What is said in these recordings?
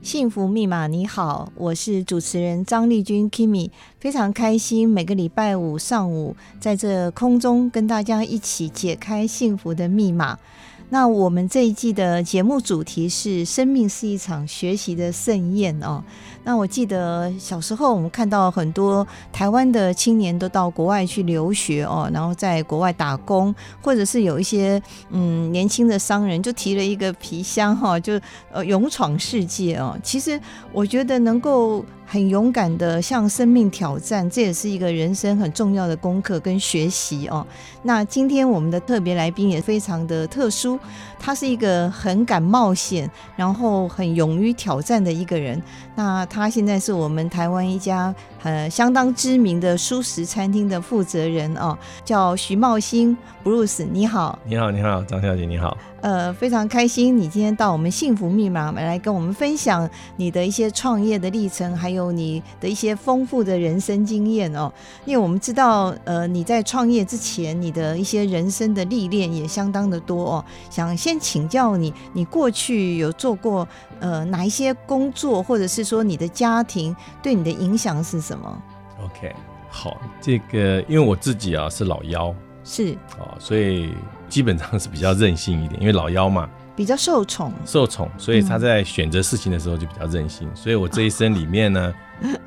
幸福密码，你好，我是主持人张丽君 Kimi，非常开心每个礼拜五上午在这空中跟大家一起解开幸福的密码。那我们这一季的节目主题是“生命是一场学习的盛宴”哦。那我记得小时候我们看到很多台湾的青年都到国外去留学哦，然后在国外打工，或者是有一些嗯年轻的商人就提了一个皮箱哈、哦，就呃勇闯世界哦。其实我觉得能够很勇敢的向生命挑战，这也是一个人生很重要的功课跟学习哦。那今天我们的特别来宾也非常的特殊，他是一个很敢冒险，然后很勇于挑战的一个人。那他现在是我们台湾一家呃相当知名的素食餐厅的负责人哦，叫徐茂兴 Bruce。你好，你好，你好，张小姐，你好。呃，非常开心你今天到我们幸福密码来跟我们分享你的一些创业的历程，还有你的一些丰富的人生经验哦。因为我们知道，呃，你在创业之前，你的一些人生的历练也相当的多哦。想先请教你，你过去有做过呃哪一些工作，或者是说你的家庭对你的影响是什么？ OK，好，这个因为我自己啊是老幺是哦，所以基本上是比较任性一点，因为老幺嘛比较受宠，受宠，所以他在选择事情的时候就比较任性，所以我这一生里 面呢，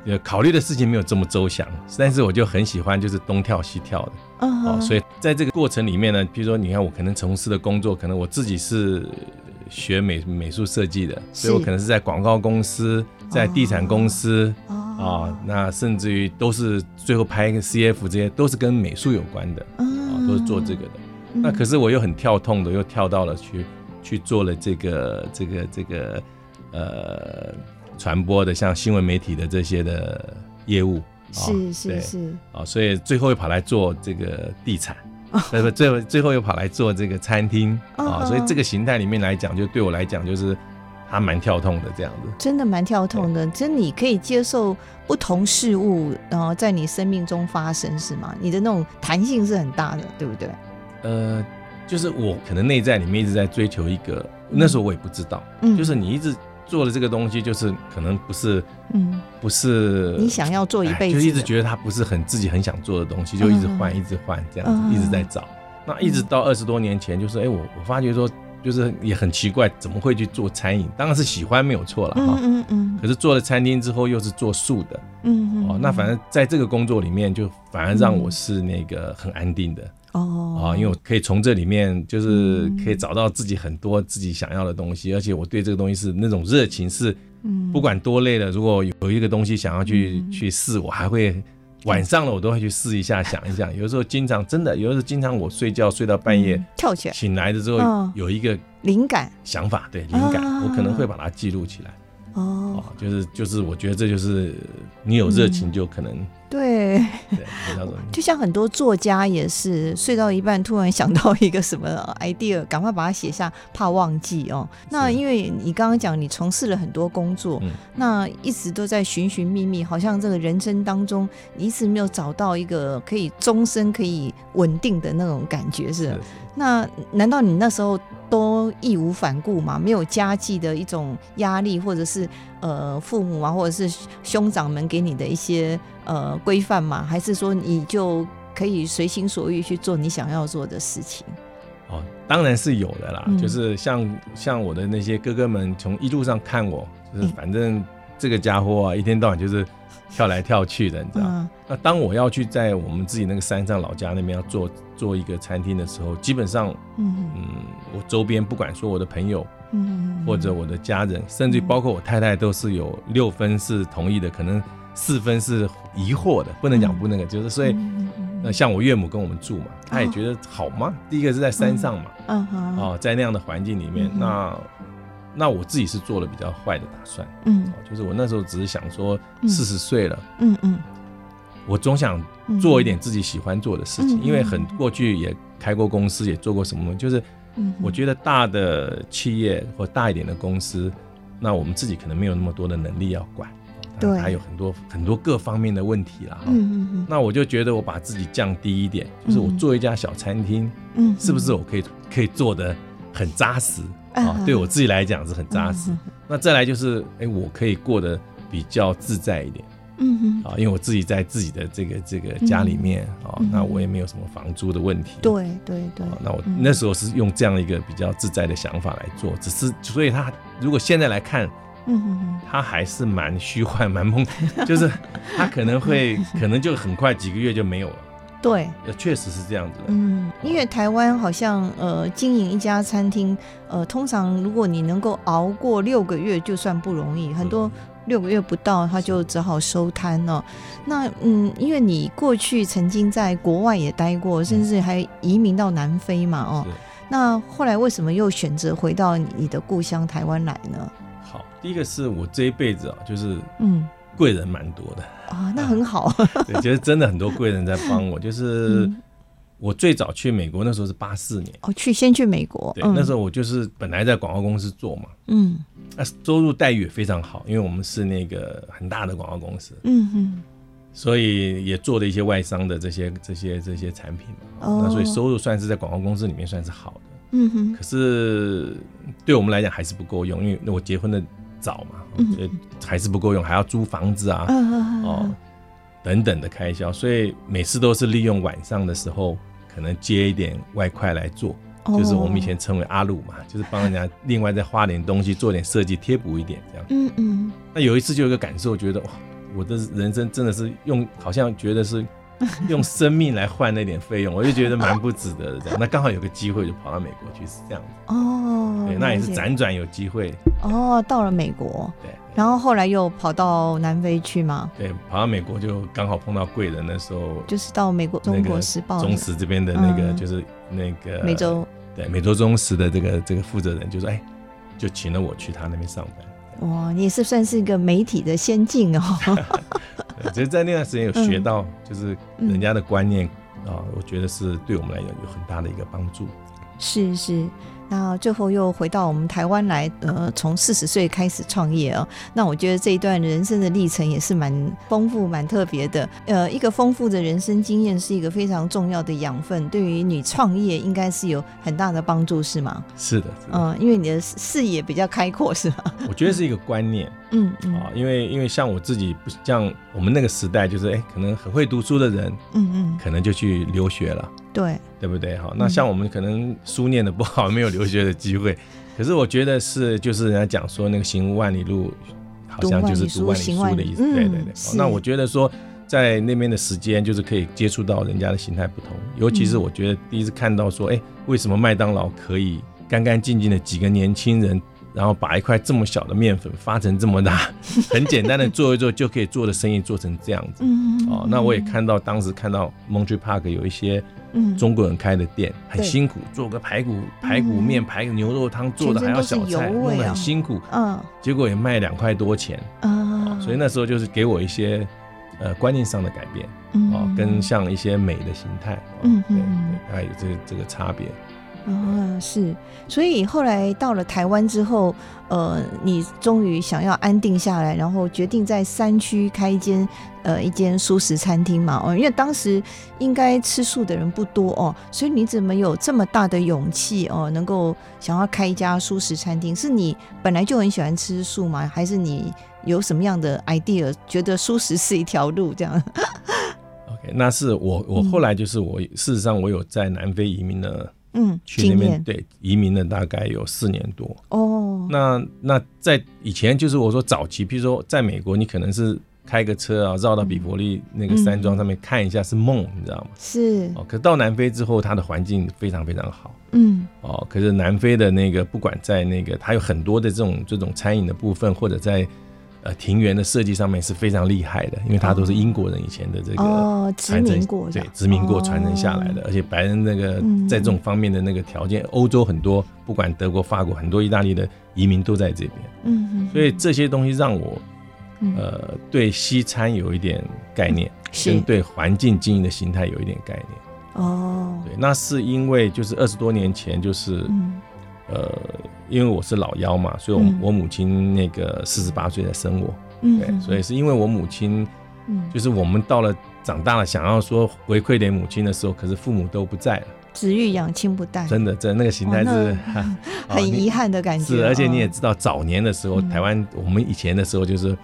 呃，考虑的事情没有这么周详，但是我就很喜欢就是东跳西跳的嗯哦，哼所以在这个过程里面呢，比如说你看我可能从事的工作，可能我自己是。学美美术设计的，所以我是可能是在广告公司、在地产公司、啊、哦，那甚至于都是最后拍一个 CF，这些都是跟美术有关的啊、嗯都是做这个的。那可是我又很跳痛的，又跳到了去去做了这个这个这个呃传播的，像新闻媒体的这些的业务。啊是对是是，啊、所以最后又跑来做这个地产， 呃对不？最后最后又跑来做这个餐厅啊、哦所以这个形态里面来讲，就对我来讲就是还蛮跳痛的这样子。真的蛮跳痛的。真你可以接受不同事物，然后在你生命中发生，是吗？你的那种弹性是很大的，对不对？呃，就是我可能内在里面一直在追求一个，那时候我也不知道，嗯就是你一直做了这个东西，就是可能不是嗯，不是你想要做一辈哎就子，一直觉得它不是很自己很想做的东西，就一直换，一直换这样嗯子，一直在找。那一直到二十多年前，就是哎、我我发觉说，就是也很奇怪，怎么会去做餐饮？当然是喜欢没有错了嗯啊哈。嗯嗯可是做了餐厅之后，又是做素的嗯哦，那反正在这个工作里面，就反而让我是那个很安定的，哦啊，因为我可以从这里面就是可以找到自己很多自己想要的东西，而且我对这个东西是那种热情嗯是，不管多累了，如果有一个东西想要去、嗯去试，我还会晚上了我都会去试一下，想一想。有的时候经常真的，有的时候经常我睡觉睡到半夜、嗯跳起来，醒来的时候、嗯有一个灵感想法，对灵感，啊我可能会把它记录起来。哦哦，，就是就是，我觉得这就是你有热情就可能、对。对，就叫做 就像很多作家也是睡到一半，突然想到一个什么 idea，赶快把它写下，怕忘记哦。那因为你刚刚讲你从事了很多工作，嗯那一直都在寻寻觅觅，好像这个人生当中你一直没有找到一个可以终身可以稳定的那种感觉是。是那难道你那时候都义无反顾吗？没有家计的一种压力，或者是呃父母啊，或者是兄长们给你的一些呃规范吗？还是说你就可以随心所欲去做你想要做的事情？哦，当然是有的啦，嗯就是像像我的那些哥哥们，从一路上看我，就是嗯反正这个家伙啊，一天到晚就是跳来跳去的，你知道。嗯那当我要去在我们自己那个山上老家那边要做做一个餐厅的时候，基本上，嗯嗯，我周边不管说我的朋友，嗯或者我的家人，甚至包括我太太，都是有六分是同意的，可能四分是疑惑的，不能嗯讲不那个，就是所以，那像我岳母跟我们住嘛，她也觉得好吗？第一个是在山上嘛，嗯哼，哦，在那样的环境里面，嗯那那我自己是做了比较坏的打算，嗯哦就是我那时候只是想说，嗯四十岁了，嗯嗯我总想嗯，做一点自己喜欢做的事嗯情，因为很过去也开过公司，也做过什么，就是嗯哼，我觉得大的企业或大一点的公司，那我们自己可能没有那么多的能力要管，啊对还有很多很多各方面的问题啦。哈嗯嗯嗯那我就觉得我把自己降低一点，就是我嗯做一家小餐厅，嗯，是不是我可以可以做的很扎实嗯啊？对我自己来讲是很扎实。那再来就是，哎，我可以过得比较自在一点。嗯嗯，啊，因为我自己在自己的这个这个家里面啊、嗯那我也没有什么房租的问题。啊、对对对，那我嗯那时候是用这样一个比较自在的想法来做，只是所以他如果现在来看，嗯嗯他还是蛮虚幻、蛮梦， 就是他可 能会可能就很快几个月就没有了，嗯，对。呃，确实是这样子的。嗯，因为台湾好像呃，经营一家餐厅，呃，通常如果你能够熬过六个月，就算不容易，很多六个月不到，他就只好收摊了。那嗯，因为你过去曾经在国外也待过，甚至还移民到南非嘛，哦，嗯是那后来为什么又选择回到你的故乡台湾来呢？好，第一个是我这一辈子啊，就是嗯，贵人蛮多 的，啊，那很好，对，觉得真的很多贵人在帮我。就是嗯我最早去美国那时候是八四年。 哦，去先去美国，对，嗯、那时候我就是本来在广告公司做嘛，嗯，那收入待遇也非常好，因为我们是那个很大的广告公司，嗯嗯所以也做了一些外商的这些这些这些产品嘛。哦那所以收入算是在广告公司里面算是好的，嗯哼，可是对我们来讲还是不够用，因为我结婚的早嘛嗯，所以还是不够用，还要租房子啊，嗯嗯哦，等等的开销，所以每次都是利用晚上的时候，可能接一点外快来做。哦就是我们以前称为阿鲁嘛，就是帮人家另外再花点东西做点设计贴补一点这样。嗯嗯那有一次就有一个感受，觉得哇，我的人生真的是用好像觉得是 用生命来换那点费用，我就觉得蛮不值得的这样。那刚好有个机会就跑到美国去，是这样子。哦，对，那也是了解辗转有机会，哦，到了美国，对然后后来又跑到南非去嘛，对，跑到美国就刚好碰到贵人的时候，就是到美国《那中个国时报》中时这边的那个嗯就是那个每周对美洲中时的这个这个负责人就说，哎，就请了我去他那边上班。哇，你也是算是一个媒体的先进哦，对就是在那段时间有学到，嗯就是人家的观念啊，我觉得是对我们来讲有很大的一个帮助。是是。那最后又回到我们台湾来，呃，从四十岁开始创业哦。那我觉得这一段人生的历程也是蛮丰富、蛮特别的。呃，一个丰富的人生经验是一个非常重要的养分，对于你创业应该是有很大的帮助，是吗？是的，是的嗯、因为你的视视野比较开阔， 是吧？我觉得是一个观念嗯嗯啊，因为因为像我自己不像我们那个时代，就是哎，可能很会读书的人，嗯可能就去留学了，嗯，对，对不对？好，那像我们可能书念的不好，没有留学的 机会。可是我觉得是，就是人家讲说那个行万里路，好像就是读读万里书万里书行万的里意思。嗯对对对。好是那我觉得说，在那边的时间，就是可以接触到人家的形态不同。尤其是嗯我觉得第一次看到说，哎、为什么麦当劳可以干干净净的几个年轻人，然后把一块这么小的面粉发成这么 大，很简单的做一做就可以做的生意做成这样子。嗯哦，那我也，看到当时看到 Montreal Park 有一些嗯中国人开的店很对辛苦，做个排骨排骨面、排骨牛肉汤做的还要小全身都菜，是油味啊弄得很辛苦，嗯结果也卖两块多钱哦啊，所以那时候就是给我一些呃观念上的改变嗯哦，跟像一些美的形态，哦嗯对嗯对，大概有这个这个差别。啊是，所以后来到了台湾之后，呃，你终于想要安定下来，然后决定在山区开一间呃一间素食餐厅嘛，哦，因为当时应该吃素的人不多哦，所以你怎么有这么大的勇气哦，能够想要开一家素食餐厅？是你本来就很喜欢吃素吗？还是你有什么样的 idea，觉得素食是一条路这样？ OK，那是我我后来就是我事实上我有在南非移民了，嗯，去那经边验对移民了大概有四年多，哦，那那在以前就是我说早期，譬如说在美国，你可能是开个车啊，绕到比佛利那个山庄上面看一下是梦，你知道吗？是，哦，可是到南非之后，它的环境非常非常好。嗯哦，可是南非的那个，不管在那个，它有很多的这种这种餐饮的部分，或者在呃庭园的设计上面是非常厉害的，因为它都是英国人以前的这个哦，殖传承，民过的，对殖民过传承下来的，哦，而且白人那个嗯在这种方面的那个条件，欧洲很多，不管德国、法国，很多意大利的移民都在这边，嗯，所以这些东西让我嗯呃对西餐有一点概念，是跟对环境经营的形态有一点概念。哦，对，那是因为就是二十多年前就是。嗯呃，因为我是老幺嘛，所以我、嗯我母亲那个四十八岁才生我，对，嗯，所以是因为我母亲，嗯就是我们到了长大了，想要说回馈给母亲的时候，可是父母都不在了，子欲养亲不待，真的，真的那个形态是、哎哦 啊很遗你憾的感觉，是，而且你也哦知道，早年的时候，嗯台湾我们以前的时候就是。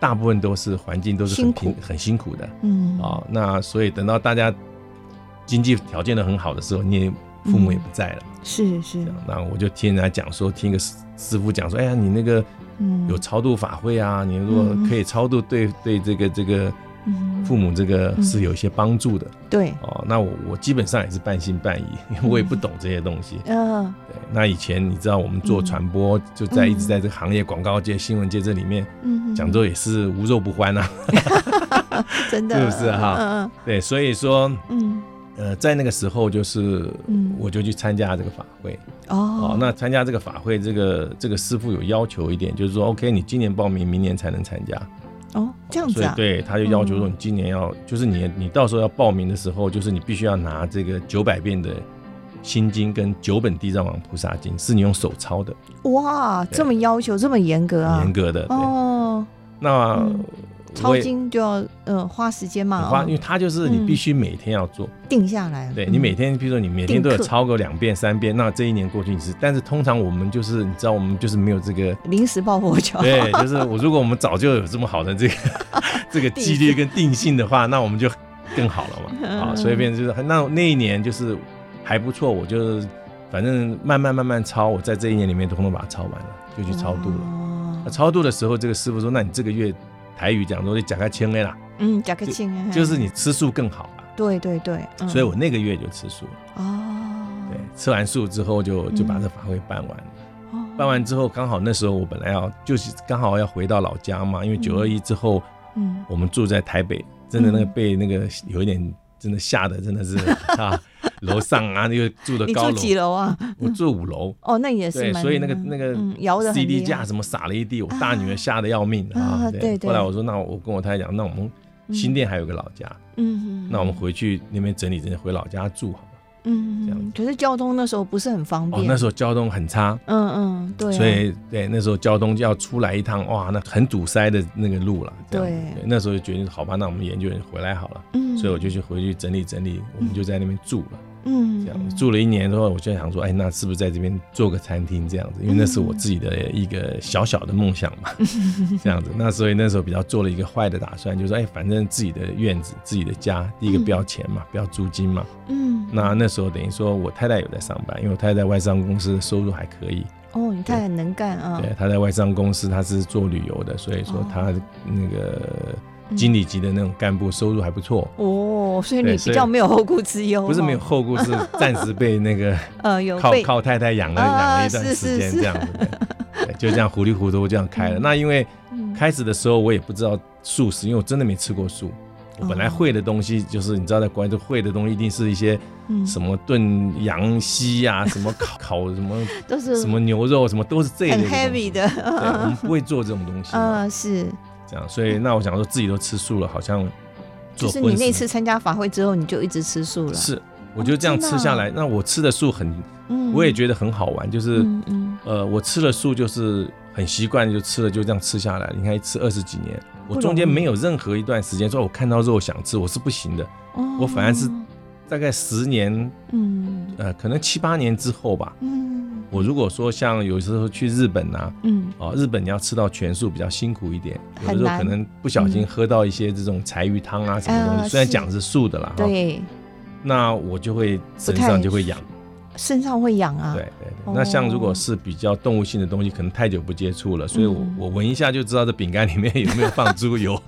大部分都是环境都是辛很苦辛很辛苦的嗯啊、那所以等到大家经济条件都很好的时候，你也父母也不在了，是是这，样那我就听人家讲说，听一个师师傅讲说，哎呀，你那个嗯，有超度法会啊，你如果可以超度对，对这个这个嗯父母这个是有一些帮助的对，哦。那我我基本上也是半信半疑，因为我也不懂这些东西。呃，对，那以前你知道我们做传播，就在嗯一直在这个行业广告界、新闻界这里面嗯，讲座也是无肉不欢啊。真的是不是啊哈嗯对，所以说嗯呃，在那个时候就是嗯我就去参加这个法会嗯，哦哦。那参加这个法会，这个这个师傅有要求一点，就是说，OK，你今年报名，明年才能参加。哦这样所子以啊，对，他就要求说你今年要，就是你你到时候要报名的时候，就是你必须要拿这个九百遍的心经跟九本地藏王菩萨经，是你用手抄的，哇，对这么要求这么严格啊，严格的。对，哦，那嗯我抄也经就要呃花时间嘛，很花，哦因为它就是你必须每天要做，定下来了，对嗯你每天，比如说你每天都有定课抄个两遍三遍，那这一年过去你是，但是通常我们就是你知道我们就是没有这个。临时抱佛 脚，对，就是我。如果我们早就有这么好的 这个这个纪律跟定性的话，那我们就更好了嘛。嗯啊，所以变成就是那那一年就是还不错，我就是反正慢慢慢慢抄，我在这一年里面通通把它抄完了，就去超度哦了。了那超度的时候，这个师傅说：“那你这个月台语讲说你讲开千 A 啦，嗯，甲克庆就是你吃素更好啊。对对对，”嗯所以我那个月就吃素了。哦，对，吃完素之后就就嗯把这法会办完了。哦办完之后，刚好那时候我本来要就是刚好要回到老家嘛，因为嗯九二一之后。嗯我们住在台北，真的那个嗯被那个有一点真的吓的，真的是啊，楼上啊又住的你住高楼，几楼啊？我住五楼，哦，那也是对，蛮，所以那个那个嗯摇的 CD 架什么撒了一地，我大女儿吓得要命啊啊啊！对对后来我说，那我跟我太太讲，那我们新店还有个老家，嗯，嗯那我们回去那边整理整理，回老家住好了。嗯这样嗯，可是交通那时候不是很方哦便，，那时候交通很差。嗯嗯，对啊，所以对那时候交通要出来一趟，哇，那很堵塞的那个路了。这样子对对，那时候就决定好吧，那我们研究员回来好了。嗯，所以我就去回去整理整理，我们就在那边住了。嗯这样住了一年之后，我就想说，哎，那是不是在这边做个餐厅这样子？因为那是我自己的一个小小的梦想嘛，嗯 这样子。那所以那时候比较做了一个坏的打算，就是说哎，反正自己的院子、自己的家，第一个嗯不要钱嘛，不要租金嘛。嗯，那那时候等于说我太太有在上班，因为我太太在外商公司的收入还可以，哦，你太太能干啊，对，她在外商公司她是做旅游的，所以说她那嗯个经理级的那种干部收入还不错。哦，所以你对比所以较没有后顾之忧，不是没有哦，后顾，是暂时被那个呃，有靠被靠太太养了啊养了一段是时是间是这样子的，对， 就这样糊里糊涂这样开了。嗯那因为嗯开始的时候我也不知道素食，因为我真的没吃过素。我本哦来会的东西就是你知道，在国外都会的东西一定是一些嗯什么炖羊膝啊，什么烤烤什么都 是什么牛肉，什么都是这一类很的东西 heavy 的，对，我们不会做这种东西 嘛，嗯，是，这样。所以那我想说，自己都吃素了，好像就做是荤你那食次哦参加法会之后，你就一直吃素了，，是，我就这样啊吃下来。那我吃的素很嗯，我也觉得很好玩，就是、嗯嗯，呃，我吃了素就是很习惯，就吃了就这样吃下来。你看一吃二十几年，不容我易中间没有任何一段时间说我看到肉想吃，我是不行的。哦我反而是大概十年，嗯呃，可能七八年之后吧。嗯我如果说像有时候去日本呐、嗯，啊，日本你要吃到全素比较辛苦一点，有的很时候难可能不小心嗯喝到一些这种柴鱼汤啊什么东啊西，虽然是讲是素的啦，哈，对，那我就会身不太上就会痒，身上会痒啊。对对对，那像如果是比较动物性的东西，可能太久不接触了，所以我嗯我闻一下就知道这饼干里面有没有放 猪油，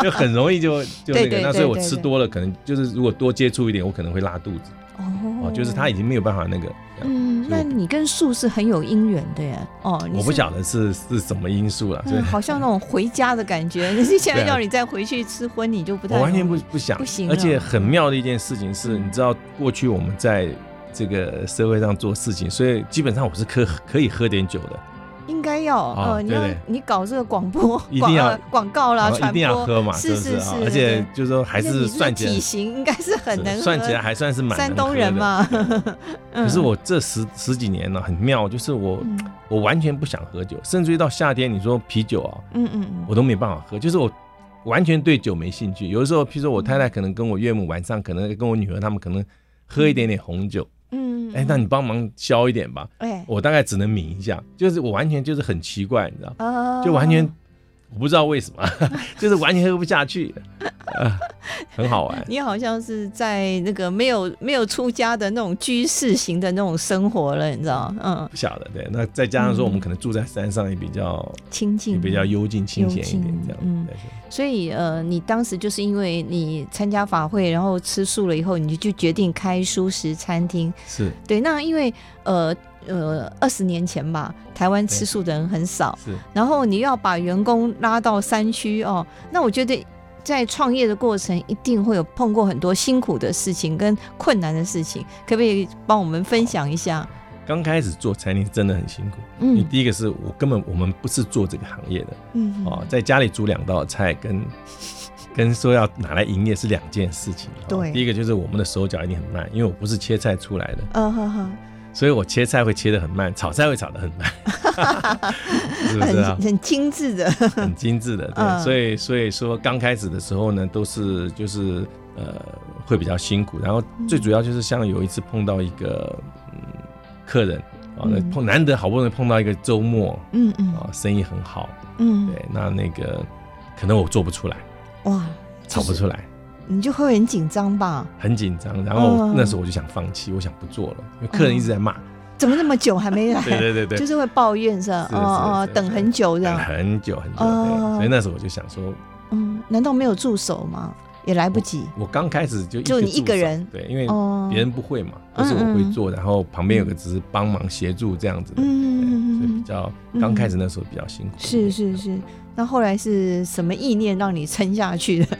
就很容易就就那对对个。对那所以我对吃对多了，可能就是如果多接触一点，我可能会拉肚子哦哦，就是它已经没有办法那个。这样嗯，那你跟树是很有姻缘的耶。哦，你我不是晓得是是什么因素了，所以嗯，好像那种回家的感觉。 你是现在对啊要你再回去吃荤，你就不太我完全不容易不想，不行而且了嗯很妙的一件事情是，你知道过去我们在这个社会上做事情，所以基本上我是可可以喝点酒的，应该要啊呃，你对要对你搞这个广播一定广要呃广告啦，然后传一定要播喝嘛，是是不是是是啊，？对而且就是说还而且你是这个算起体来，型应该是很能喝，算起来还算是蛮山能东喝人的。嗯嘛。可 可是我这十十几年呢，很妙，就是我嗯我完全不想喝酒，甚至于到夏天，你说啤酒啊，嗯嗯我都没办法喝，就是我完全对酒没兴趣。有的时候，譬如说我嗯太太可能跟我岳母晚上，可能跟我女儿她们可能喝一点点红酒，嗯，哎、那你帮忙消一点吧。哎我大概只能抿一下，就是我完全就是很奇怪，你知道，呃就完全我不知道为什么， 就是完全喝不下去， 啊很好玩。你好像是在那个没有没有出家的那种居士型的那种生活了，你知道？嗯，不晓得对，那再加上说我们可能住在山上也比较、清也净比较幽静清闲一幽点静这样，嗯对对所以呃，你当时就是因为你参加法会，然后吃素了以后，你就决定开素食餐厅。是对，那因为呃呃二十年前吧，台湾吃对素的人很少，是然后你又要把员工拉到山区哦，那我觉得。在创业的过程，一定会有碰过很多辛苦的事情跟困难的事情，可不可以帮我们分享一下？刚开始做餐厅真的很辛苦，因为嗯第一个是我根本我们不是做这个行业的嗯哦，在家里煮两道菜跟 跟说要拿来营业是两件事情。哦对第一个就是我们的手脚一定很慢，因为我不是切菜出来的，呃呵呵，所以我切菜会切得很慢，炒菜会炒得很慢， 是不是啊哦很？很精致的，很精致的，嗯对，所以所以说刚开始的时候呢，都是就是呃会比较辛苦，然后嗯最主要就是像有一次碰到一个嗯客人啊，那嗯碰难得好不容易碰到一个周末嗯嗯啊，生意很好，嗯，对，那那个可能我做不出来，哇，炒不出来，你就会很紧张吧？很紧张，然后嗯那时候我就想放弃，我想不做了，因为客人一直在骂，怎么那么久还没来？ 对对对对，就是会抱怨是吧？是哦是哦，是等很久这等样。很久很久，哦对，所以那时候我就想说，嗯，难道没有助手吗？也来不及。我刚开始就就你一助个手人对，因为哦，别人不会嘛，嗯都是我会做，然后旁边有个只是帮忙协助这样子的，对所以比嗯，较嗯刚开始那时候比较辛苦，是是，是。那后来是什么意念让你撑下去的？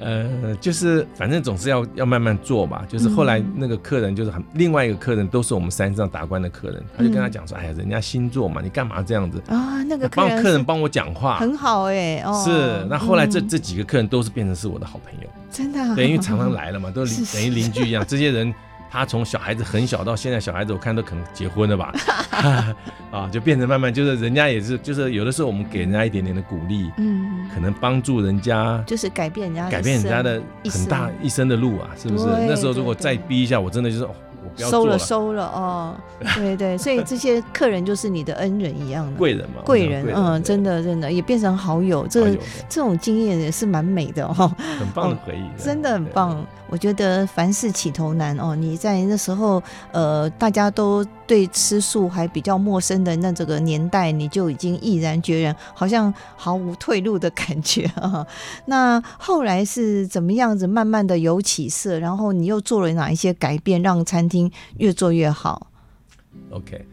呃，就是反正总是要要慢慢做吧。就是后来嗯那个客人就是很另外一个客人，都是我们山上达官的客人，他就跟他讲说，哎呀，人家新做嘛，你干嘛这样子？嗯啊，那个帮客是人帮我讲话。很好哎，哦，是，那后来这嗯这几个客人都是变成是我的好朋友，真的啊 对，因为常常来了嘛，都邻是是等于邻居一样。这些人，他从小孩子很小到现在，小孩子我看都可能结婚了吧， 啊，就变成慢慢就是人家也是，就是有的时候我们给人家一点点的鼓励， 嗯，可能帮助人家就是改变人家的改变人家的一生很大一生的路啊，是不是？对那时候如果对对再逼一下，我真的就是、哦、我不要收做了收了 哦，对对，所以这些客人就是你的恩人一样的贵人嘛，贵人，嗯，真的的真的也变成好友，这好个有的这种经验也是蛮美的哦，哎很棒的回忆，真的很对。棒。我觉得凡事起头难哦，你在那时候呃，大家都对吃素还比较陌生的那这个年代，你就已经毅然决然，好像毫无退路的感觉 啊、那后来是怎么样子，慢慢的有起色，然后你又做了哪一些改变，让餐厅越做越好？ OK，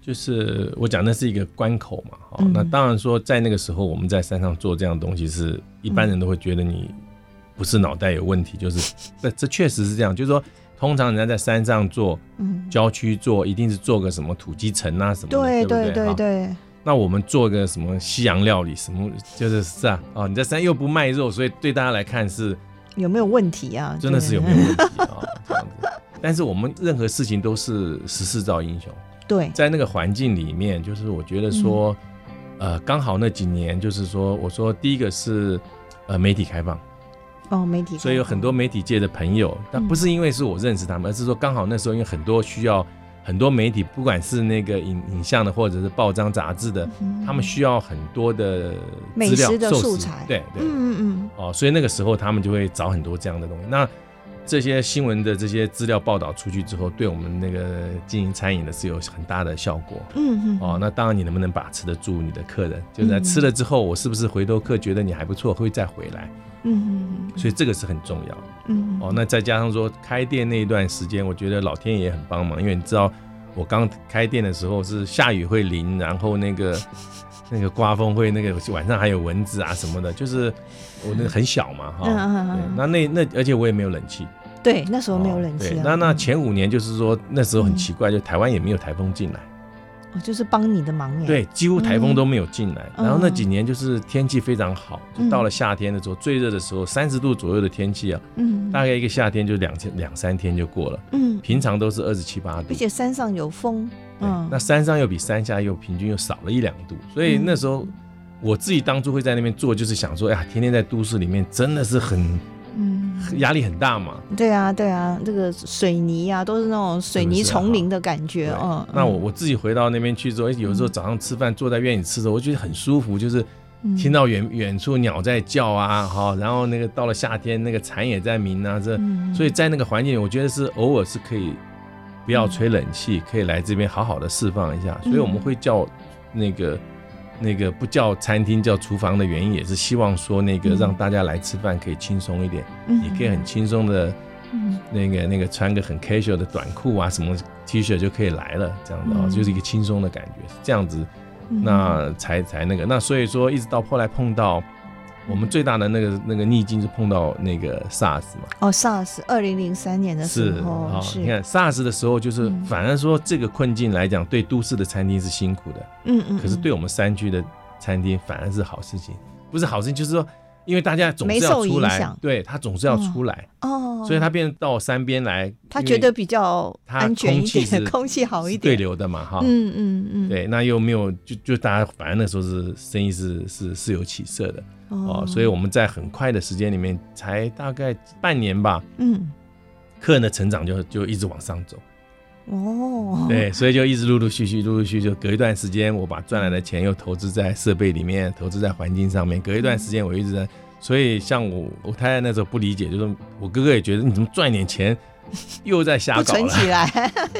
就是我讲那是一个关口嘛，哦，嗯那当然说在那个时候我们在山上做这样的东西是，一般人都会觉得你不是脑袋有问题，就是 这这确实是这样，就是说通常人家在山上做、嗯，郊区做，一定是做个什么土鸡城啊什么的，对不对对对哈对，那我们做个什么西洋料理，什么就是是啊，哦，你在山又不卖肉，所以对大家来看是有没有问题啊？真的对是有没有问题啊、这样子。但是我们任何事情都是时势造英雄。 对，在那个环境里面，就是我觉得说，嗯呃，刚好那几年，就是说，我说第一个是呃媒体开放，哦，媒体，所以有很多媒体界的朋友，嗯但不是因为是我认识他们，而是说刚好那时候因为很多需要很多媒体，不管是那个影影像的或者是报章杂志的，嗯他们需要很多的美资料食的寿司素材对对，嗯嗯哦，所以那个时候他们就会找很多这样的东西。那这些新闻的这些资料报道出去之后，对我们那个经营餐饮的是有很大的效果。嗯嗯，哦，那当然你能不能把持得住你的客嗯人，就是在吃了之后，我是不是回头客觉得你还不错，会再回来，嗯嗯所以这个是很重要的。嗯，哦，那再加上说开店那一段时间，我觉得老天爷很帮忙，因为你知道我刚开店的时候是下雨会淋，然后那 个那个刮风会那个晚上还有蚊子啊什么的，就是我那个很小嘛哈、嗯嗯嗯对嗯那那那而且我也没有冷气，哦对，那时候没有冷气对啊。那那前五年就是说那时候很奇怪，就台湾也没有台风进来，我哦就是帮你的忙耶。，对，几乎台风都没有进来。嗯然后那几年就是天气非常好，就到了夏天的时候，最热的时候三十度左右的天气啊，嗯大概一个夏天就两千两三天就过了。嗯，平常都是二十七八度而，且山上有风，对嗯，那山上又比山下又平均又少了一两度，所以那时候我自己当初会在那边做，就是想说，哎呀，天天在都市里面真的是很嗯，压力很大嘛。对啊对啊，这个水泥啊都是那种水泥丛林的感觉，对嗯。啊那我我自己回到那边去之后，哎有时候早上吃饭坐在院里吃的时候，我觉得很舒服，就是嗯听到远远处鸟在叫啊，哈，然后那个到了夏天那个蝉也在鸣啊，这嗯，所以在那个环境，我觉得是偶尔是可以不要吹冷气，嗯可以来这边好好的释放一下。所以我们会叫那个那个不叫餐厅叫厨房的原因，也是希望说那个嗯让大家来吃饭可以轻松一点，嗯也可以很轻松的嗯那个那个穿个很 casual 的短裤啊什么 T 恤就可以来了，这样的啊，嗯就是一个轻松的感觉，是这样子嗯那才才那个，那所以说一直到后来碰到。我们最大的那个那个逆境是碰到那个 SARS 嘛，哦，SARS 二零零三年的时啊、候你看 SARS 的时候，就是嗯反而说这个困境来讲，对都市的餐厅是辛苦的，嗯嗯，可是对我们山区的餐厅反而是好事情，不是好事情，就是说，因为大家总是要没受出影来响，对他总是要出来，哦，所以他变到山边来，他因为觉得比较它安全一空气点，是空气好一是对点，流的嘛，哈。嗯嗯嗯，对，那又没有，就就大家反正那时候是生意是是是有起色的哦，哦，所以我们在很快的时间里面，才大概半年吧，嗯客人的成长就就一直往上走。哦，对，所以就一直陆陆续续、陆陆续续，就隔一段时间，我把赚来的钱又投资在设备里面，投资在环境上面。隔一段时间，我一直在，所以像我我太太那时候不理解，就是我哥哥也觉得你怎么赚一点钱又在瞎不搞存了，起来，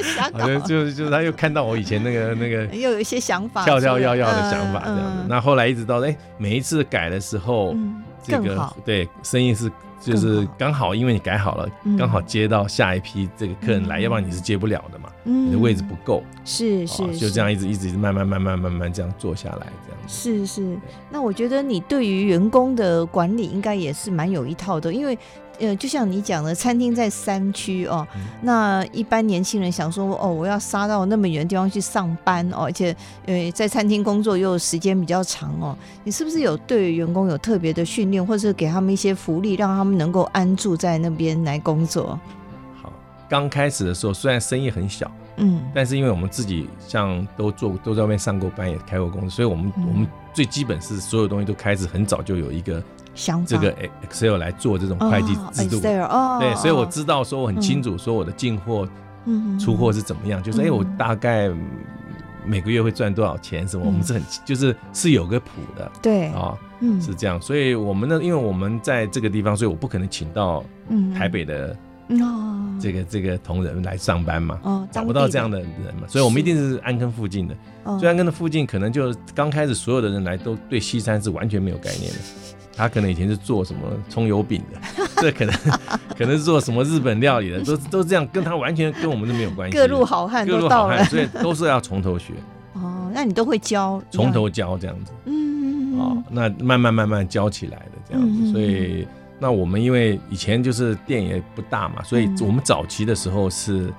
瞎搞好，像 就就是他又看到我以前那个那个又有一些想法出来，跳跳跃跃的想法这样子哎嗯。那后来一直到哎，每一次改的时候，嗯，这更个好，对生意是就是更好刚好因为你改好了嗯，刚好接到下一批这个客人来，嗯要不然你是接不了的嘛，嗯你的位置不够。是啊是，就这样一直一直一直慢慢慢慢慢慢这样做下来，这样子。是是，那我觉得你对于员工的管理应该也是蛮有一套的，因为呃，就像你讲的，餐厅在山区哦，嗯那一般年轻人想说哦，我要杀到那么远的地方去上班哦，而且呃，在餐厅工作又时间比较长哦，你是不是有对于员工有特别的训练，或者是给他们一些福利，让他们能够安住在那边来工作？好，刚开始的时候虽然生意很小，嗯但是因为我们自己像都做都在外面上过班，也开过公司，所以我们、嗯我们最基本是所有东西都开始很早就有一个想法这个 Excel 来做这种会计制度。哦，Excel，哦对，所以我哦知道说我很清楚说我的进货、嗯嗯出货是怎么样，就是哎、嗯我大概嗯每个月会赚多少钱什么，我们嗯是很就是是有个谱的对啊、，嗯是这样。所以我们呢，因为我们在这个地方，所以我不可能请到嗯台北的嗯哦这个这个同仁来上班嘛，哦找不到这样，的人嘛，所以我们一定是安坑附近的。当地的哦所以安坑的附近可能就刚开始所有的人来都对西餐是完全没有概念的。他可能以前是做什么葱油饼的，这 可能可能是做什么日本料理的，都都这样，跟他完全跟我们都没有关系。各路好汉各都路到好了汉，所以都是要从 头学，哦，那你都会教从头教这样子。嗯啊、那慢慢慢慢教起来的这样嗯嗯子，嗯所以那我们因为以前就是店也不大嘛，所以嗯我们早期的时候是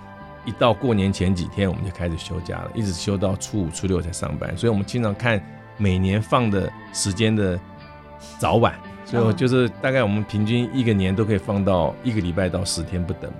一到过年前几天我们就开始休假了，一直休到初五初六才上班，所以我们经常看每年放的时间的早晚，所以我哦就是大概我们平均一个年都可以放到一个礼拜到十天不等，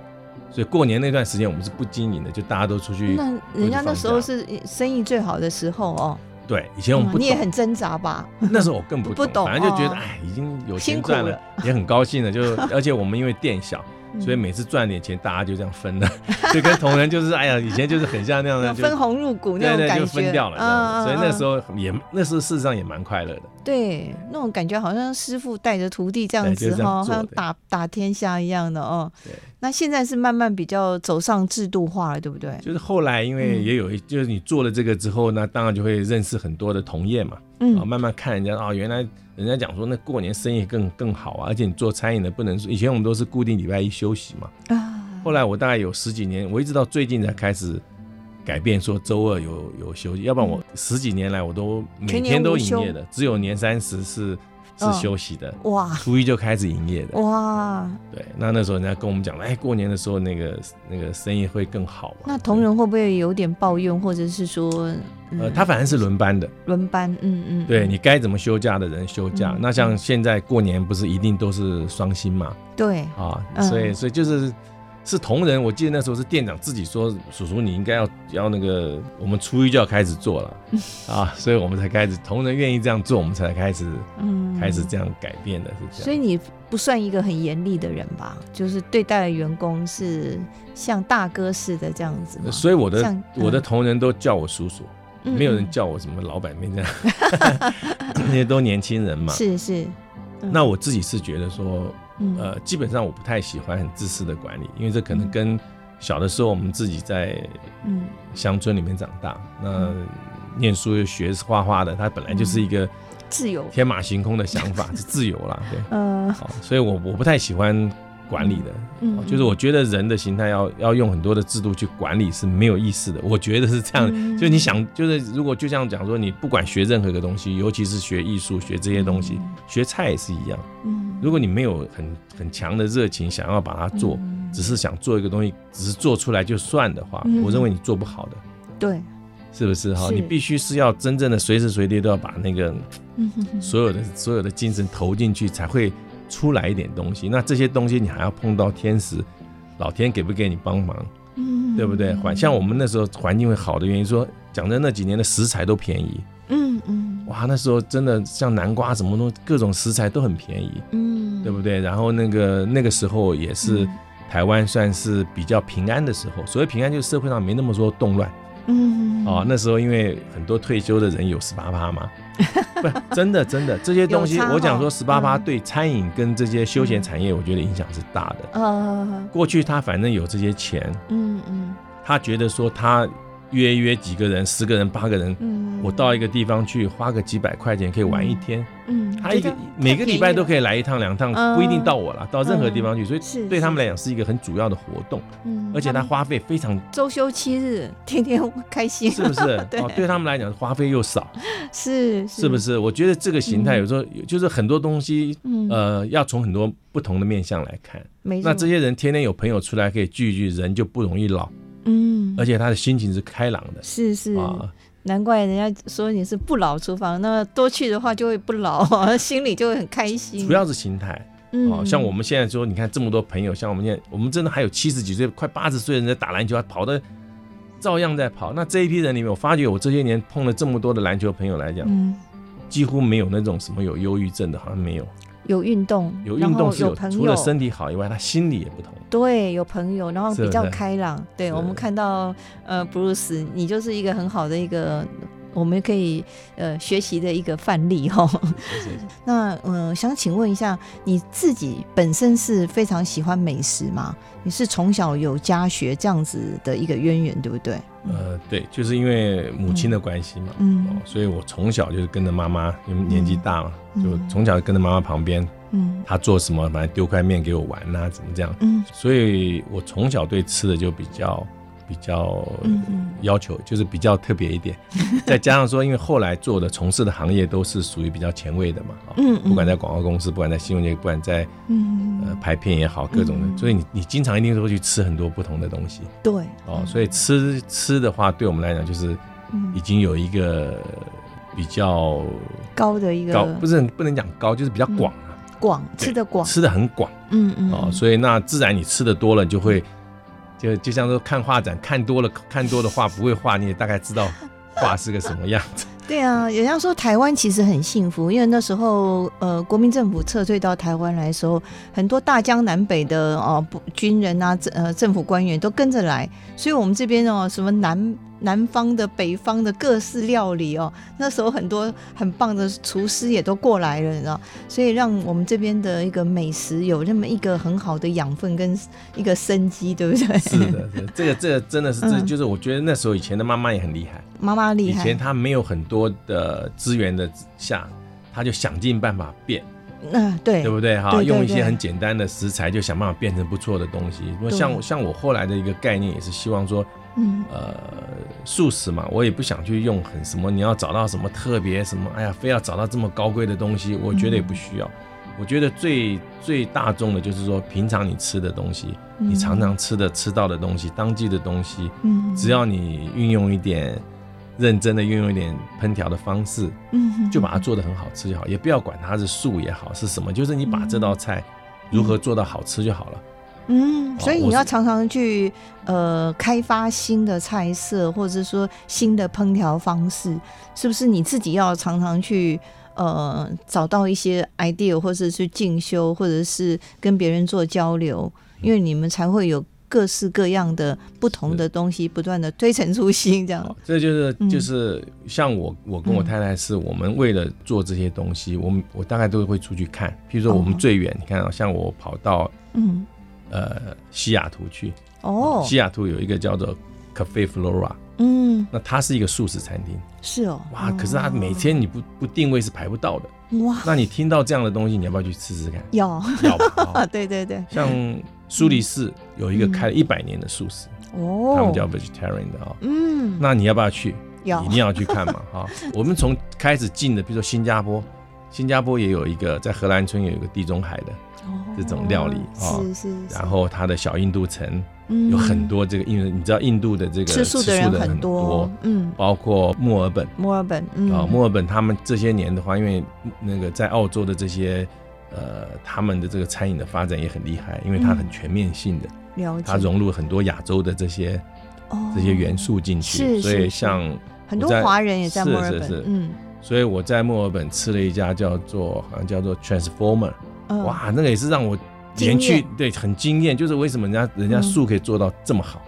所以过年那段时间我们是不经营的，就大家都出去。那人家那时候是生意最好的时候哦，对，以前我们不你也懂很挣扎吧？ 那时候我更不懂，不懂反正就觉哦得哎，已经有辛钱苦赚了 嗯了，也很高兴的。就而且我们因为店小，所以每次赚点钱，大家就这样分了， 就跟同仁就是哎呀，以前就是很像那样的，要就分红入股那种对对，感就觉，嗯分掉了这样子。所以那时候候也那时候事实上也蛮快乐的。对那种感觉好像师傅带着徒弟这样对就子是这样哈，好做像的打打天下一样的哦对。那现在是慢慢比较走上制度化了，对不对？就是后来因为也有嗯一，就是你做了这个之后，那当然就会认识很多的同业嘛，啊，嗯慢慢看人家啊，原来人家讲说那过年生意更更好啊，而且你做餐饮的不能说，以前我们都是固定礼拜一休息嘛，啊，后来我大概有十几年，我一直到最近才开始改变，说周二有有休息，要不然我十几年来我都每天都营业嗯全年的，只有年三十是是嗯休息的，哇初一就开始营业的。哇，对，那那时候人家跟我们讲，哎，过年的时候那个那个生意会更好嘛。那同仁会不会有点抱怨，或者是说，嗯、呃，他反正是轮班的，轮班，嗯嗯，对嗯你该怎么休假的人休假。嗯那像现在过年不是一定都是双薪嘛？对，啊，嗯所以所以就是是同仁，我记得那时候是店长自己说，叔叔你应该要要那个，我们初一就要开始做了啊，所以我们才开始同仁愿意这样做，我们才开始嗯，开始这样改变的，是这所以样。你不算一个很严厉的人吧？就是对待员工是像大哥似的这样子吗？呃所以我的像我的嗯同仁都叫我叔叔，嗯没有人嗯叫我什么老板，没这样， 那些都年轻人嘛。是是，嗯那我自己是觉得说，嗯呃，基本上我不太喜欢很自私的管理，因为这可能跟小的时候我们自己在嗯乡村里面长大，那念书又学画画的，他本来就是一嗯个自由，天马行空的想法，是自由 啦，对，呃，好，所以我我不太喜欢管理的，嗯哦就是我觉得人的形态要要用很多的制度去管理是没有意思的，我觉得是这样的。嗯就你想，就是如果就像讲说，你不管学任何一个东西，尤其是学艺术、学这些东西，学菜也是一样。嗯，如果你没有很很强的热情想要把它做，嗯只是想做一个东西，只是做出来就算的话，嗯我认为你做不好的，对，是不是哈？是你必须是要真正的随时随地都要把那个嗯哼哼所有的所有的精神投进去，才会出来一点东西。那这些东西你还要碰到天时，老天给不给你帮忙，嗯对不对？环像我们那时候环境会好的原因说。讲真，那几年的食材都便宜，嗯嗯哇！那时候真的像南瓜什么东西，各种食材都很便宜。嗯，对不对？然后那个那个时候也是嗯台湾算是比较平安的时候，所谓平安就是社会上没那么多动乱嗯？嗯哦。那时候因为很多退休的人有十八 趴嘛，不是真的真的这些东西，有差哦我讲说十八趴嗯对餐饮跟这些休闲产业，我觉得影响是大的。呃，过去他反正有这些钱，嗯嗯他觉得说他约一约几个人，十个人八个人。嗯，我到一个地方去，花个几百块钱可以玩一天。嗯，他一觉个得每太个便宜礼拜都了可以来一趟两趟，嗯不一定到我了，到任何地方去，所以啊是对他是们来讲是一个很主要的活动，嗯而且他们花费非常，周休七日，天天开心， 是不是？ 对哦，对他们来讲花费又少，是是不？是？我觉得这个形态嗯有时候有就是很多东西，嗯，呃，要从很多不同的面向来看。没错。那这些人天天有朋友出来可以聚一聚，人就不容易老，嗯，而且他的心情是开朗的。是是，啊，难怪人家说你是不老厨房，那么多去的话就会不老， 心里就会很开心。主要是心态哦。嗯，像我们现在说，你看这么多朋友，像我们现在，我们真的还有七十几岁、快八十岁的人在打篮球，还跑的照样在跑。那这一批人里面，我发觉我这些年碰了这么多的篮球朋友来讲，嗯，几乎没有那种什么有忧郁症的，好像没有。有运动，有然运动后是有，朋除了友，身体好以外，他心理也不同。对，有朋友，然后是不比较是啊开朗。对是我们看到呃，Bruce，你就是一个很好的一个。我们可以呃学习的一个范例哈、哦。 那呃，想请问一下，你自己本身是非常喜欢美食吗？你是从小有家学这样子的一个渊源，对不对？呃，对，就是因为母亲的关系嘛，嗯哦，所以我从小就是跟着妈妈，因为年纪大嘛，嗯就从小跟着妈妈旁边，嗯她做什么，反正丢块面给我玩呐、怎么这样。嗯所以我从小对吃的就比较比较嗯嗯要求，就是比较特别一 点。再加上说，因为后来做的从事的行业都是属于比较前卫的嘛，哦嗯嗯不管在广告公司，不管在新闻界，不管在嗯，呃拍片也好，各种的，嗯所以你你经常一定都会去吃很多不同的东西对哦。所以吃吃的话，对我们来讲就是已嗯经有一个呃比较高的一高，个不是很不能讲高，就是比较广啊，广对吃的广，吃的很广嗯嗯哦。所以那自然你吃的多了，你就会就就像说看画展看多了，看多的画不会画，你也大概知道画是个什么样子。对啊，人家说台湾其实很幸福，因为那时候呃，国民政府撤退到台湾来的时候，很多大江南北的哦、不军人啊，政呃政府官员都跟着来，所以我们这边哦，什么南南方的、北方的各式料理哦，那时候很多很棒的厨师也都过来了，你知道，所以让我们这边的一个美食有那么一个很好的养分跟一个生机，对不对？ 是 的，是的这个这个真的是，这就是我觉得那时候以前的妈妈也很厉害。妈妈嗯厉以前害，她没有很多的资源的下，她就想尽办法变，嗯、对对不对哈？对对用一些对很简单的食材，就想办法变成不错的东西。那对像我像我后来的一个概念也是希望说，嗯。呃，素食嘛，我也不想去用很什么，你要找到什么特别什么，哎呀，非要找到这么高贵的东西，我觉得也不需要。我觉得最最大众的就是说，平常你吃的东西，你常常吃的吃到的东西，当季的东西，嗯只要你运用一点认真的运用一点烹调的方式，嗯就把它做得很好吃就好，也不要管它是素也好是什么，就是你把这道菜如何做到好吃就好了。嗯，哦所以我你是要常常去呃开发新的菜色，或者是说新的烹调方式，是不是你自己要常常去呃找到一些 idea，或者是进修，或者是跟别人做交流，嗯因为你们才会有各式各样的不同的东西不断的推陈出新，这样哦。这就是嗯就是像我，我跟我太太是我们为了做这些东西，我们我大概都会出去看。譬如说我们哦最远，你看啊，像我跑到嗯，呃西雅图去，哦西，雅图有一个叫做 Cafe Flora，嗯，那它是一个素食餐厅，是哦，哇，可是它每天你不不定位是排不到的。哇那你听到这样的东西，你要不要去吃 吃看？要要吧。哦啊，对对对，像苏黎世有一个开了一百年的素食，哦，他们叫 vegetarian 的啊。嗯，那你要不要去？要一定要去看嘛 哈。我们从开始进的，比如说新加坡，新加坡也有一个在荷兰村有一个地中海的，这种料理哦哦是是，是然后它的小印度城嗯有很多这个，因为你知道印度的这个吃素的人很多，嗯，包括墨尔本墨尔本，嗯，啊，墨尔本他们这些年的话，因为那个在澳洲的这些。呃，他们的这个餐饮的发展也很厉害，因为它很全面性的，了解，它融入很多亚洲的这些嗯哦这些元，素进是去，是所以像很多我在华人也在是墨尔是本是，嗯所以我在墨尔本吃了一家叫做好像叫做 Transformer，、嗯，哇，那个也是让我惊连去艳对很惊艳，就是为什么人家人家嗯素可以做到这么好，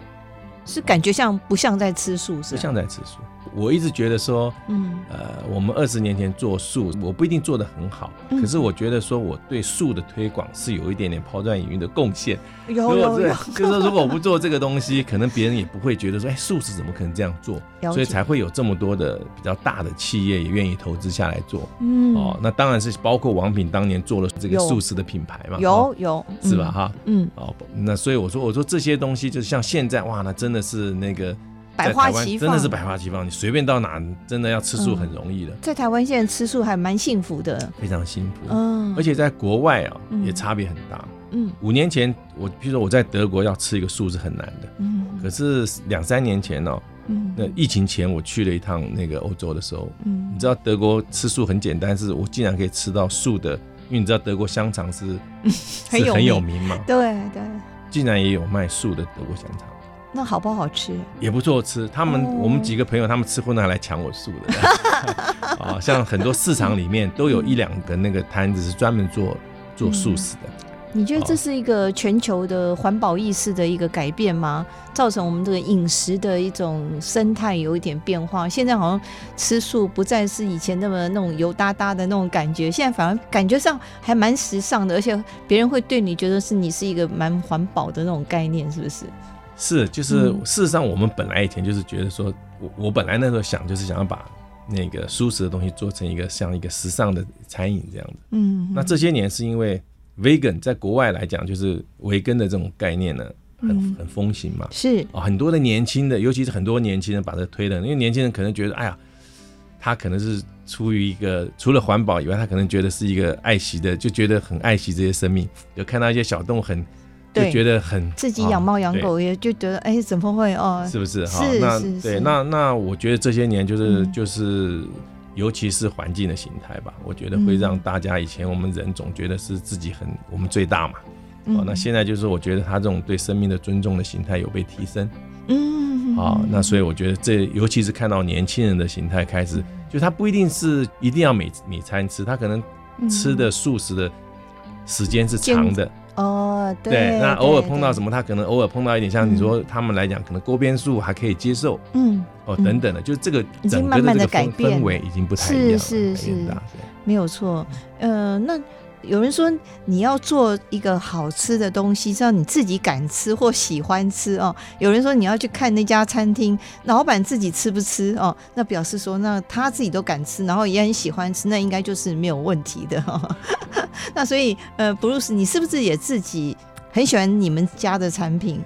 是感觉像不像在吃素不是吧？像在吃素。我一直觉得说，嗯呃，我们二十年前做素，我不一定做得很好，嗯可是我觉得说我对素的推广是有一点点抛砖引玉的贡献。有如果有对啊有，，就是说如果我不做这个东西，可能别人也不会觉得说，哎，素食怎么可能这样做？了所解以才会有这么多的比较大的企业也愿意投资下来做。嗯哦，那当然是包括王品当年做了这个有素食的品牌嘛，有哦有是吧？嗯哈，嗯，哦，那所以我说，我说这些东西就像现在哇，那真的是那个百在花台湾齐真的是放嗯百花齐放，你随便到哪真的要吃素很容易的，在台湾现在吃素还蛮幸福的，非常幸福。嗯，而且在国外啊嗯，也差别很大。嗯五年前我，譬如说我在德国要吃一个素是很难的，嗯可是两三年前哦，嗯那疫情前我去了一趟那个欧洲的时候，嗯你知道德国吃素很简单，是我竟然可以吃到素的，因为你知道德国香肠是 很有是很有名名嘛，对对，竟然也有卖素的德国香肠，那好不好吃？也不错吃。他们、哦我们几个朋友，他们吃荤的还来抢我素的， 啊，像很多市场里面都有一两个那个摊子是专门做做素食的。你觉得这哦是一个全球的环保意识的一个改变吗？造成我们这个饮食的一种生态有一点变化。现在好像吃素不再是以前那么那种油哒哒的那种感觉，现在反而感觉上还蛮时尚的，而且别人会对你觉得是你是一个蛮环保的那种概念，是不是？是，就是嗯事实上我们本来以前就是觉得说，我我本来那时候想就是想要把那个素食的东西做成一个像一个时尚的餐饮这样子。嗯，那这些年是因为 vegan 在国外来讲，就是维根的这种概念呢，嗯很很风行嘛。是啊，很多的年轻的，尤其是很多年轻人把这推了，因为年轻人可能觉得，哎呀，他可能是出于一个除了环保以外，他可能觉得是一个爱惜的，就觉得很爱惜这些生命，有看到一些小动物很，就对觉得很自己养猫养、啊狗也就觉得，哎、怎么会哦对？是不是？哈是，那是是对，那那我觉得这些年就是、嗯就是。尤其是环境的形态吧，我觉得会嗯让大家以前我们人总觉得是自己很我们最大嘛，嗯哦，那现在就是我觉得他这种对生命的尊重的形态有被提升嗯啊、那所以嗯以我觉得这尤其是看到年轻人的形态开始就它不一定是一定要每每餐吃，它可能嗯吃的素食的时间是长的。哦，对，那偶尔碰到什么，么，他可能偶尔碰到一点，像你说他们来讲，可能锅边素还可以接受嗯，哦，嗯等等的，就是这个已经整慢个慢地的这个改氛变氛围已经不太一样了，是是改变是大对没有错。呃，那有人说你要做一个好吃的东西，是要你自己敢吃或喜欢吃哦。有人说你要去看那家餐厅，老板自己吃不吃哦，那表示说那他自己都敢吃，然后也很喜欢吃，那应该就是没有问题的、哦。 那所以呃，Bruce，你是不是也自己很喜欢你们家的产品？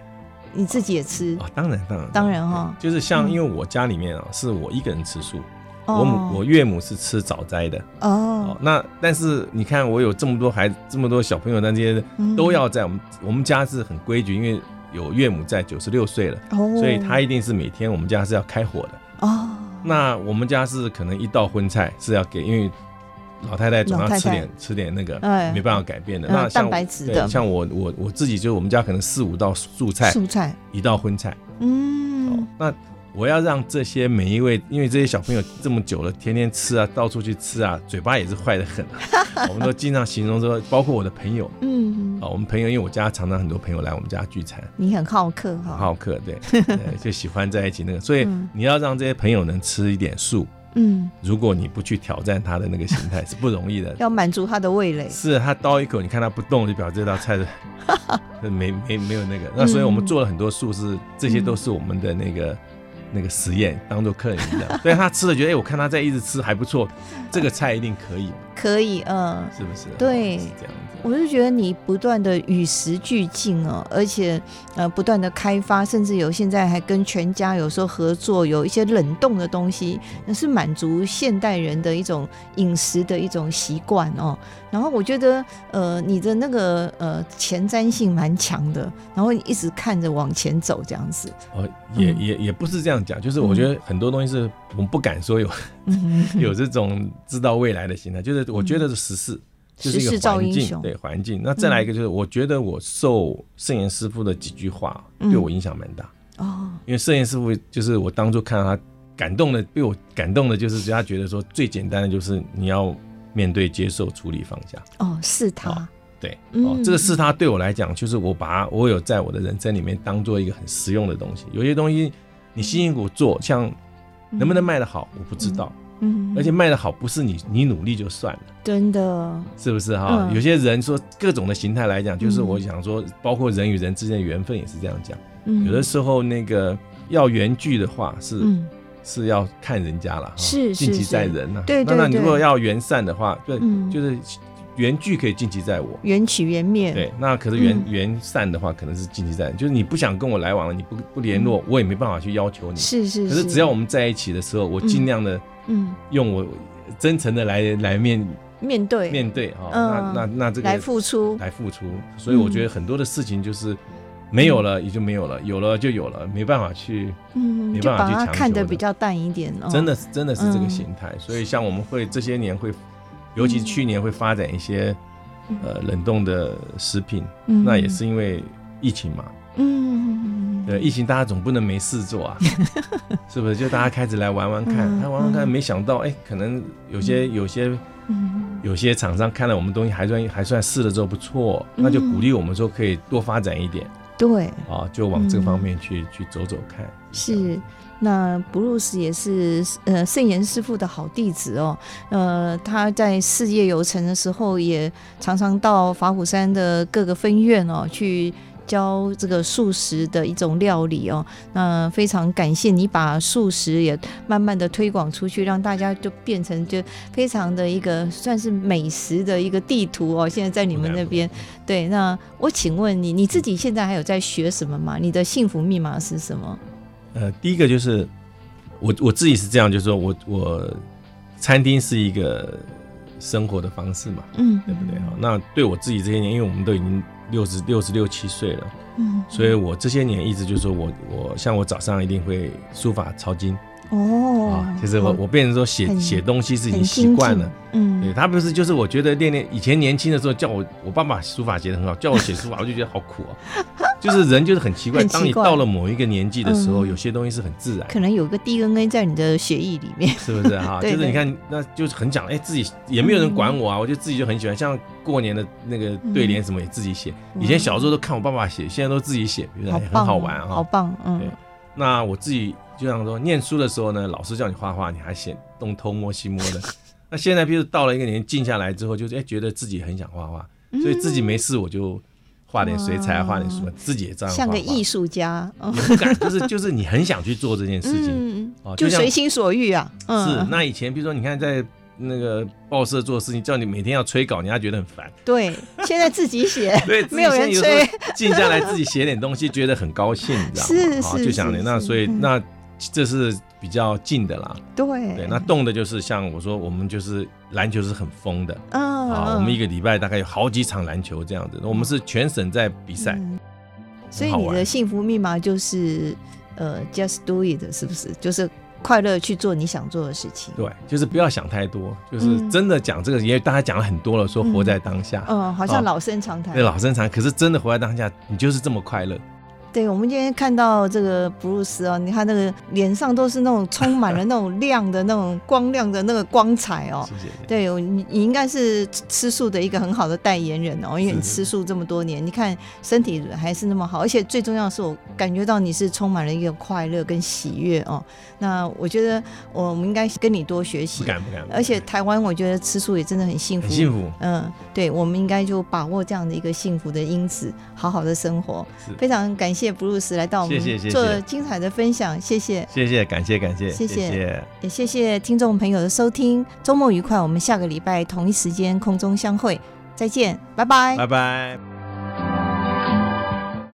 你自己也吃？哦，当然当然当然哈对就是像嗯因为我家里面啊，是我一个人吃素，哦我母我岳母是吃早斋的哦哦，，那但是你看我有这么多孩子，这么多小朋友，那这些嗯都要在我们我们家是很规矩，因为有岳母在，九十六岁了，哦，所以她一定是每天我们家是要开火的。哦，那我们家是可能一道荤菜是要给，因为老太太总老要太吃太点吃点那个哎，没办法改变的。嗯那像蛋白质对的像我我我自己就是我们家可能四五道素菜，蔬哦菜，一道荤菜。嗯。哦，那我要让这些每一位，因为这些小朋友这么久了，天天吃啊，到处去吃啊，嘴巴也是坏的很 啊。我们都经常形容说，包括我的朋友嗯啊、，我们朋友，因为我家常常很多朋友来我们家聚餐，你很好客哈、很好客，对， 呃就喜欢在一起那个，所以啊嗯你要让这些朋友能吃一点素。嗯，如果你不去挑战他的那个形态，是不容易的。要满足他的味蕾。是啊他叨一口，你看他不动，就表示这道 菜的没没没有那嗯个。那所以我们做了很多素是，这些都是我们的那个那个实验，当做客人一 样。所以他吃了觉得，哎、我看他在一直吃还不错，这个菜一定可以，可以，嗯，是不是？哦对是这样子。我就觉得你不断的与时俱进哦，而且呃不断的开发，甚至有现在还跟全家有时候合作，有一些冷冻的东西，那是满足现代人的一种饮食的一种习惯哦。然后我觉得呃你的那个呃前瞻性蛮强的，然后一直看着往前走这样子。哦，也嗯也也不是这样讲，就是我觉得很多东西是我们不敢说有嗯，嗯有这种知道未来的心态，就是我觉得是时事，就是一时势个造环英境，雄嗯对环境。那再来一个就是，我觉得我受圣严师傅的几句话嗯对我影响蛮大，哦，因为圣严师傅就是我当初看到他感动的，被我感动的就是他觉得说最简单的就是你要面对、接受、处理、放下。哦，是他，哦对，哦嗯，这个是他对我来讲，就是我把它我有在我的人生里面当做一个很实用的东西。有些东西你辛辛苦苦做，像能不能卖得好，我不知道。嗯，而且卖得好不是你你努力就算了，真的，是不是哈、嗯有些人说各种的形态来讲，就是嗯我想说，包括人与人之间的缘分也是这样讲。嗯，有的时候那个要缘聚的话是，嗯，是、要看人家了哈，是是近其是在人呐、啊对对那那你如果对要缘散的话，对，嗯就是缘聚可以近其在我。缘起缘灭，对，那可是缘嗯缘散的话，可能是近其在人，就是你不想跟我来往了，你不不联络，我也没办法去要求你。嗯是是可是只要我们在一起的时候，我尽量的嗯用我真诚的来来面面对面对哈、嗯那那那这个来付出，嗯来付出，所以我觉得很多的事情就是没有了也就没有了，有了就有了，没办法去，嗯，没就办法把去它强看求得的比较淡一点哦，真的是真的是这嗯个心态。所以像我们会这些年会，尤其去年会发展一些呃冷冻的食品，嗯，那也是因为疫情嘛，嗯，嗯，对，疫情大家总不能没事 做啊，是不是？就大家开始来玩玩看嗯，他玩玩看，嗯没想到哎，可能有些有些。嗯有些厂商看了我们东西还算还算试了之后不错，那就鼓励我们说可以多发展一点嗯对，啊，就往这方面去去走走看。是。那布鲁斯也是呃圣严师傅的好弟子哦，呃，他在事业有成的时候，也常常到法鼓山的各个分院哦去。教这个素食的一种料理哦，那非常感谢你把素食也慢慢的推广出去，让大家就变成就非常的一个算是美食的一个地图哦。现在在你们那边，对，那我请问你，你自己现在还有在学什么吗？你的幸福密码是什么？呃，第一个就是我我自己是这样，就是说我我餐厅是一个生活的方式嘛，嗯，对不对？好，那对我自己这些年，因为我们都已经六十六十六七岁了，嗯，所以我这些年一直就是说我我像我早上一定会书法抄经哦，啊，其实我我变成说写很写东西是已很经习惯了。，嗯，对他不是，就是 我觉得练练以前年轻的时候叫我，我爸爸书法写的很好，叫我写书法，我就觉得好苦啊。就是人就是很奇怪，很奇当你怪到了某一个年纪的时候，嗯有些东西是很自然的，可能有个 DNA 在你的血液里面。是不是啊 哈？对就是你对看，那就是很讲，哎、自己也没有人管我啊，我就自己就很喜欢，像过年的那个对联什么也自己写，以前小时候都看我爸爸写，现在都自己写，觉得嗯好哎很棒，啊哦好玩哈、好棒，对嗯，那我自己就想说，念书的时候呢，老师叫你画画，你还写东偷摸西摸 的。那现在，比如到了一个年纪静下来之后，就是哎、觉得自己很想画画，所以自己没事我就画点水彩，嗯哇画点什么，自己也这样画像画。个艺术家，嗯也不敢，就是 就是你很想去做这件事情。嗯哦就就像随心所欲啊，是，嗯，那以前比如说你看在那个报社做事情，叫你每天要催稿，你还觉得很 烦。 对，现在自己写， 对，没有人自己现在催有时，候静下来自己写点东西，觉得很高兴，你知道是吗？好是就想是那是所以嗯那这是比较近的啦。对，对，那动的就是像我说，我们就是篮球是很疯的嗯，啊，嗯我们一个礼拜大概有好几场篮球这样子，我们是全省在比赛，嗯所以很你好的玩。幸福密码就是呃，just do it，是不是？就是快乐去做你想做的事情。对，就是不要想太多，就是嗯真的讲这个，因为大家讲了很多了，说活在当下，嗯，好像哦老生常谈。对老生常，可是真的活在当下，你就是这么快乐。对我们今天看到这个布鲁斯哦，你看那个脸上都是那种充满了那种亮的那种光亮的那个光彩哦。谢谢。对，你你应该是吃素的一个很好的代言人哦，因为你是吃素这么多年，你看身体还是那么好，而且最重要的是，我感觉到你是充满了一个快乐跟喜悦哦。那我觉得我们应该跟你多学习不，敢不敢。不敢而且台湾我觉得吃素也真的很幸福，很幸福，嗯，对，我们应该就把握这样的一个幸福的因子，好好的生活是。非常感谢布鲁斯来到我谢谢们谢谢做精彩的分享，谢谢，谢谢，感谢感谢，谢谢谢。也谢谢听众朋友的收听。周末愉快，我们下个礼拜同一时间空中相会，再见，拜拜拜拜。